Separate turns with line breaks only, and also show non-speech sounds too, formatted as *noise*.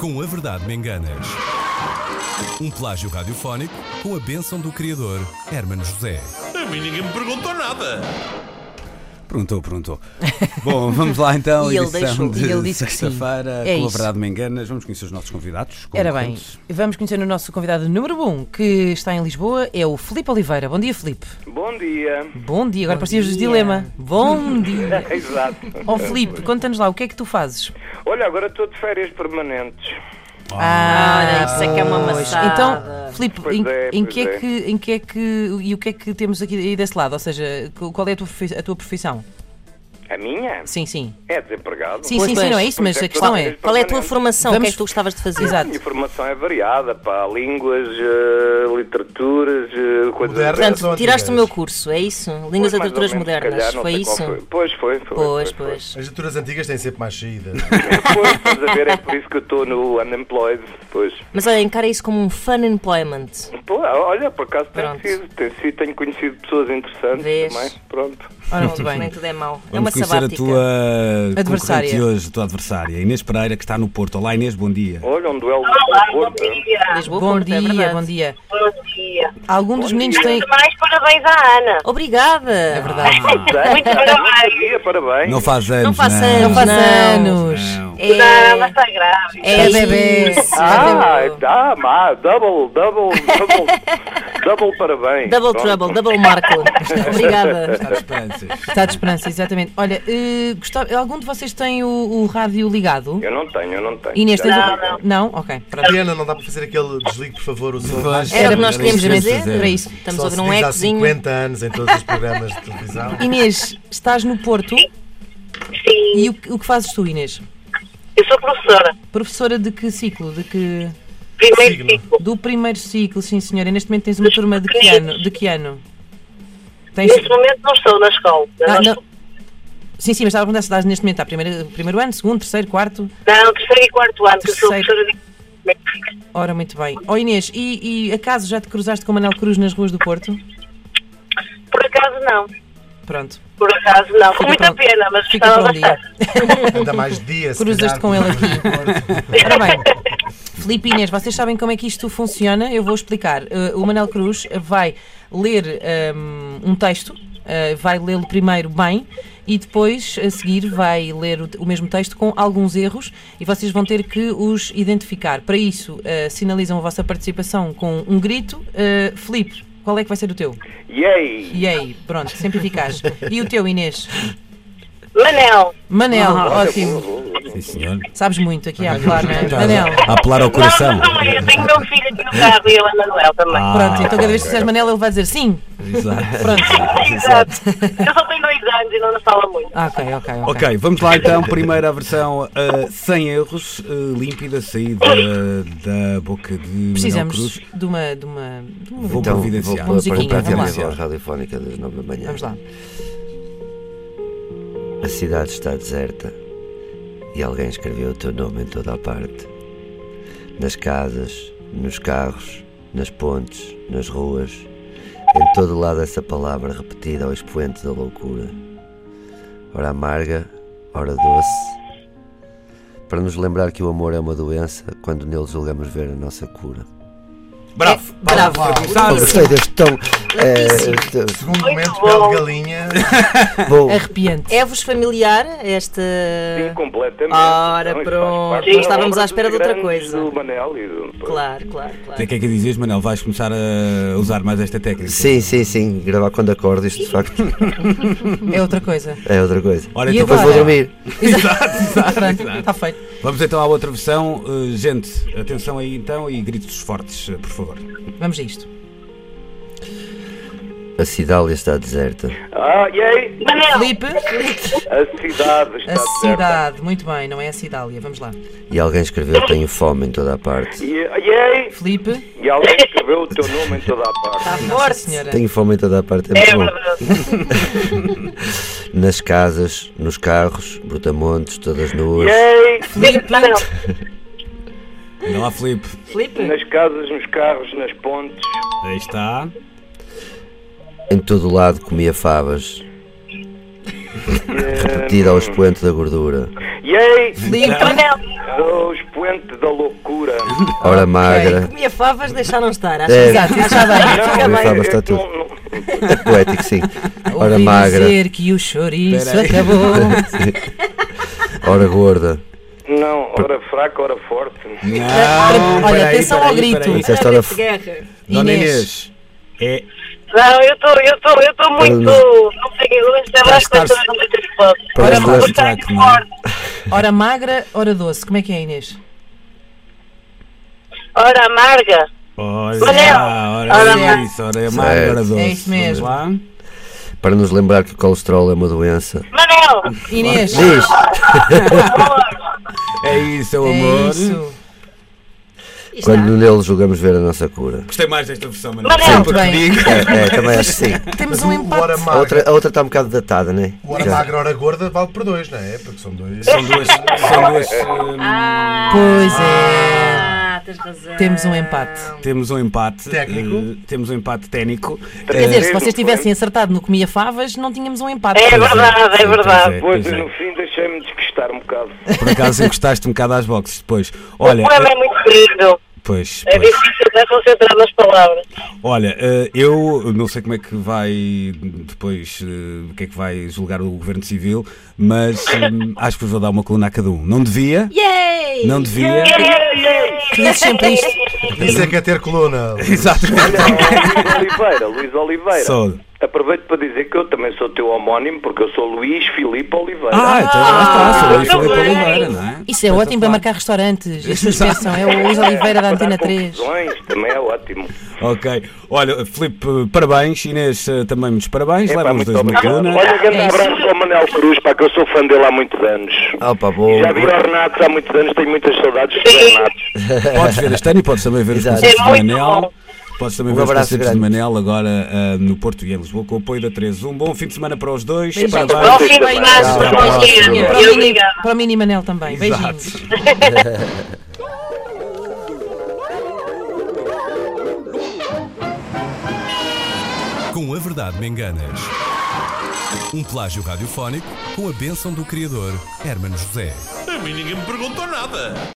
Com a Verdade Me Enganas. Um plágio radiofónico com a bênção do criador Hermano José.
A mim ninguém me perguntou nada.
Perguntou, perguntou. *laughs* Bom, vamos lá então.
E ele
edição
deixou,
de
e ele disse que sim.
sexta-feira,
É
com a
isso.
verdade me enganas, vamos conhecer os nossos convidados. como
Era bem, É
todos.
vamos conhecer o nosso convidado número 1, um, que está em Lisboa, é o Filipe Oliveira. Bom dia, Filipe.
Bom
*laughs*
dia.
Bom dia, agora parecias do dilema. Bom dia.
Exato.
Ó Filipe, conta-nos lá, o que é que tu fazes?
Olha, agora estou de férias permanentes.
Ah,
Isso é que é uma maçã.
Então, Filipe,
Pois
em,
é,
em
pois
que é
é.
que, em que é que e o que é que temos aqui aí desse lado? Ou seja, co- qual é a tua, profi- a tua profissão?
A minha?
Sim, sim.
É desempregado.
Sim,
Pois,
sim, sim,
pois.
não é isso, mas a questão
Qual-
é.
qual é a tua formação? O que é
Vamos-
que tu gostavas de fazer?
Exato.
A minha formação é variada, pá. Línguas, eh, literaturas, eh, coisas...
Modernas.
dessas.
São
Portanto, tiraste o
antigas.
meu curso, é isso?
Pois,
Línguas e
mais ou menos,
Literaturas
se
Modernas,
calhar, não
foi
sei qual
isso?
foi. Pois, foi, foi.
Pois,
foi, foi.
pois.
As leituras antigas têm sempre mais saída.
*laughs* Pois, estás a ver, é por isso que eu estou no unemployed. Pois.
Mas olha, encara isso como um fun employment.
Pô, olha, por acaso tem
Pronto.
sido, tem sido. Tenho conhecido pessoas interessantes
Vês.
também. Pronto.
Ora, muito
Nem
bem.
tudo é mau. é uma
Vamos conhecer
sabática.
a tua
Adversária.
adversária. de hoje, a tua adversária, Inês Pereira, que está no Porto. Olá Inês, bom dia.
Olha, um duelo
Olá,
de
bom
Porto.
dia.
Lisboa,
Bom
Porto, é
dia,
verdade.
bom dia.
Bom dia.
Algum dos meninos tem.
Antes de mais, parabéns à Ana.
Obrigada. Ah,
É verdade.
Muito
Bom
parabéns.
dia, parabéns.
Não é? faz anos,
Não faço
Não
anos.
faz
Não.
anos.
Não.
É,
Não, ela está grávida.
é
É bebê.
isso.
Ah, tá, má, double,
*laughs*
double, double, double parabéns.
Double
Pronto.
trouble,
*laughs*
double marco. Obrigada.
Está de esperanças.
Está tá de esperança, exatamente. Olha, eh, gostava- algum de vocês tem o, o rádio ligado?
Eu não tenho, eu não tenho. Ah,
Inês, tens
Já-
o... não. Ok, pronto.
Pena, não dá para fazer aquele desligue, por favor, o som.
Pois.
Era o que nós
Era
queríamos
isso que
fazer.
queríamos fazer.
Era isso. Estamos a
Só se
ouvir
diz
um
há
ecozinho.
50 anos em todos os programas de televisão.
Inês, estás no Porto
Sim,
e o, que- o que fazes tu, Inês?
eu sou professora.
Professora de que ciclo? De que...
Primeiro
Signo.
ciclo.
Do primeiro ciclo, sim senhora. E neste momento tens uma turma de que ano? De que ano? Tens...
Neste momento não estou na escola.
Ah,
Não,
não. Sim, sim, mas estava a perguntar se estás neste momento a primeira, primeiro ano, segundo, terceiro, quarto.
não, terceiro e quarto ano, que eu sou
Terceiro.
professora de matemática.
Ora, muito bem. Ó Inês, e, e acaso já te cruzaste com o Manel Cruz nas ruas do Porto?
Por acaso não.
Pronto.
Por acaso não.
Fica
Com muita
para-
pena, mas
Fica
gostava
para um dia.
*laughs*
bastante.
Ainda mais dias.
Cruzas-te com ele aqui.
*laughs*
Ora bem, Filipe e Inês, vocês sabem como é que isto funciona? Eu vou explicar. Eh, o Manel Cruz vai ler ehm, um, texto, eh, vai lê-lo primeiro bem e depois, a seguir, vai ler o, o mesmo texto com alguns erros e vocês vão ter que os identificar. Para isso, eh, sinalizam a vossa participação com um grito. Eh, Filipe, qual é que vai ser o teu?
Yay!
E aí, pronto, sempre eficaz. E o teu, Inês?
Manel,
Manel, ótimo.
Sim, senhor.
Sabes muito aqui a falar, não é?
Estás
Manel.
A apelar ao
não,
coração.
mas não é. Eu tenho meu filho aqui no carro e ele é Manuel também.
Pronto, então cada vez que disseres Manela, ele vai dizer sim.
Exato.
Pronto.
*laughs* Exato. Eu só tenho dois anos e não nos fala muito.
Ah, ok, ok, ok.
Ok, vamos lá então. Primeira a versão ah, sem erros, ah, límpida, saída eh, da boca de Manuel
Precisamos
Cruz.
de uma. De uma, de uma-
Vou providenciar.
Então, vou- Musiquinha,
para a
vamos lá.
voz *laughs* radiofónica das 9 da manhã.
Vamos lá.
A cidade está deserta e alguém escreveu o teu nome em toda a parte. Nas casas, nos carros, nas pontes, nas ruas, em todo lado essa palavra repetida ao expoente da loucura. Ora amarga, ora doce. Para nos lembrar que o amor é uma doença quando nele julgamos ver a nossa cura.
Bravo.
É Bravo.
Eu Gostei deste tom. eh, este-
Segundo momento,
bom.
pele de galinha.
vou-
É Arrepiante.
É-vos É familiar esta.
Sim, completamente.
Ah. Ora,
Não, isso
pronto.
faz parte
Sim.
da
Estávamos
obra
à espera
dos
de outra
grandes
coisa.
Do Manel e do...
Claro,
*laughs*
claro,
O que é
claro.
que é que dizias, Manel? Vais começar a usar mais esta técnica?
Sim, sim, sim. Gravar quando acordo, isto de facto
É outra coisa.
é outra coisa.
Ora,
E
então
Depois
agora?
vou dormir.
Exato, exato. Está feito.
Vamos então à outra versão. Uh, gente, atenção aí então e gritos fortes, uh, por favor.
Vamos a isto.
A Cidália está deserta.
Ah, yay!
Manel,
Felipe,
A cidade está
a
deserta.
cidade. Muito bem, não é a Cidália. Vamos lá.
E alguém escreveu Tenho fome em toda a parte.
Ye- ah, Yay!
Felipe,
E alguém escreveu o teu nome em toda a
Tá.
parte.
Nossa senhora.
Tenho fome em toda a parte. É
é
muito bom.
verdade.
Nas casas, nos carros, brutamontes, todas nuas.
Yay!
Manel,
Anda lá, Filipe.
Filipe?
Nas casas, nos carros, nas pontes.
Aí está.
Em todo lado comia favas. Repetida ao expoente da gordura.
Yay!
Manel,
O expoente da loucura.
Ora magra,
Comia favas, deixaram estar. Acho
É.
exato, acha bem.
Não,
Fica bem.
Fava está tudo.
não- não-
poético sim. Ora
Ouvi
magra,
dizer que o chouriço
Espera aí.
acabou.
*laughs* ora gorda.
Não, ora fraca, ora forte.
*laughs*
Não,
Olha,
peraí,
atenção ao
peraí,
grito.
peraí.
é
Disseste ora, f-
Guerra.
Dona
Inês.
Inês, é
não, eu estou eu tô, eu tô muito. Não sei, eu estou
Para
mais
estar-
coisas todas no meu esposo.
Para
Agora,
estar
vou estar aqui
fraco, não é?
forte.
Ora magra, ora doce. Como é que é, Inês?
Ora, amarga.
Olha,
Olha,
ora
ora
é
mais.
isso, ora é mais, ora
É
doce.
isso mesmo.
Vamos lá?
para nos lembrar que o colesterol é uma doença.
Manel,
Inês.
Diz,
amor.
É isso, é o
É
amor.
isso.
quando nele julgamos ver a nossa cura.
Gostei mais desta versão, mano.
Manel.
Sempre
Muito
que
bem.
digo.
É, é, também acho que sim.
Temos um
O hora
empate.
A outra,
magra,
a outra está um bocado datada, não é?
o hora
Já.
magra, hora gorda vale por dois, não é? Porque são dois.
São duas. São duas hum,
Pois é.
Ah, tens razão.
Temos um empate.
temos um empate.
Técnico.
eh, temos um empate técnico.
Quer dizer,
Sim,
se
não foi.
vocês tivessem acertado no Comia Favas, não tínhamos um empate.
um É verdade, é verdade.
Pois
Pois,
é,
no fim, deixei-me desquistar um
*laughs*
bocado.
Por acaso encostaste um bocado às boxes depois. Olha,
O poema
eh,
é muito querido.
pois,
É
pois.
difícil de concentrar nas palavras.
Olha, eh, eu não sei como é que vai depois, eh, o que é que vai julgar o Governo Civil, mas hum, acho que vos vou dar uma coluna a cada um. Não devia,
Yay!
não devia. *laughs*
Tu dizes sempre isto.
Isso é que é ter coluna.
Exatamente.
Olha, Luís Oliveira, Luís Oliveira.
Sou.
Aproveito para dizer que eu também sou teu homónimo, porque eu sou Luís Filipe Oliveira.
Ah, então lá está, sou eu
Ah,
Filipe
não é.
Oliveira, não é?
Isso é ótimo para marcar restaurantes. Esta suspensão é o Luís Oliveira da
Para dar
Antena 3.
confusões, Também é ótimo.
Ok. Olha, Filipe, eh, parabéns. Inês, eh, também muitos parabéns.
É,
Leva
pá,
os
muito
dois uma
obrigado.
coluna.
Olha, grande
É isso.
abraço ao Manel Cruz, pá, que eu sou fã dele há muitos anos.
Ah, pá, bom.
Já vi o Renatos há muitos anos, tenho muitas saudades dos
Sim.
Renatos.
Podes ver este ano e podes também ver os
Exato.
concertos do
É muito
Manel.
bom.
Podes também
Um
ver os
abraço
concertos do
grande.
Manel agora ah, no Porto e em Lisboa com o apoio da 3. Um bom fim de semana para os dois.
Beijinhos.
Bom
Parabéns.
fim de semana para
Tchau,
vocês.
tchau.
Para o, mini,
Obrigada.
para o Mini Manel também. Beijinhos.
Com a verdade me enganas. Um plágio radiofónico com a bênção do criador Hermano José.
A mim ninguém me perguntou nada.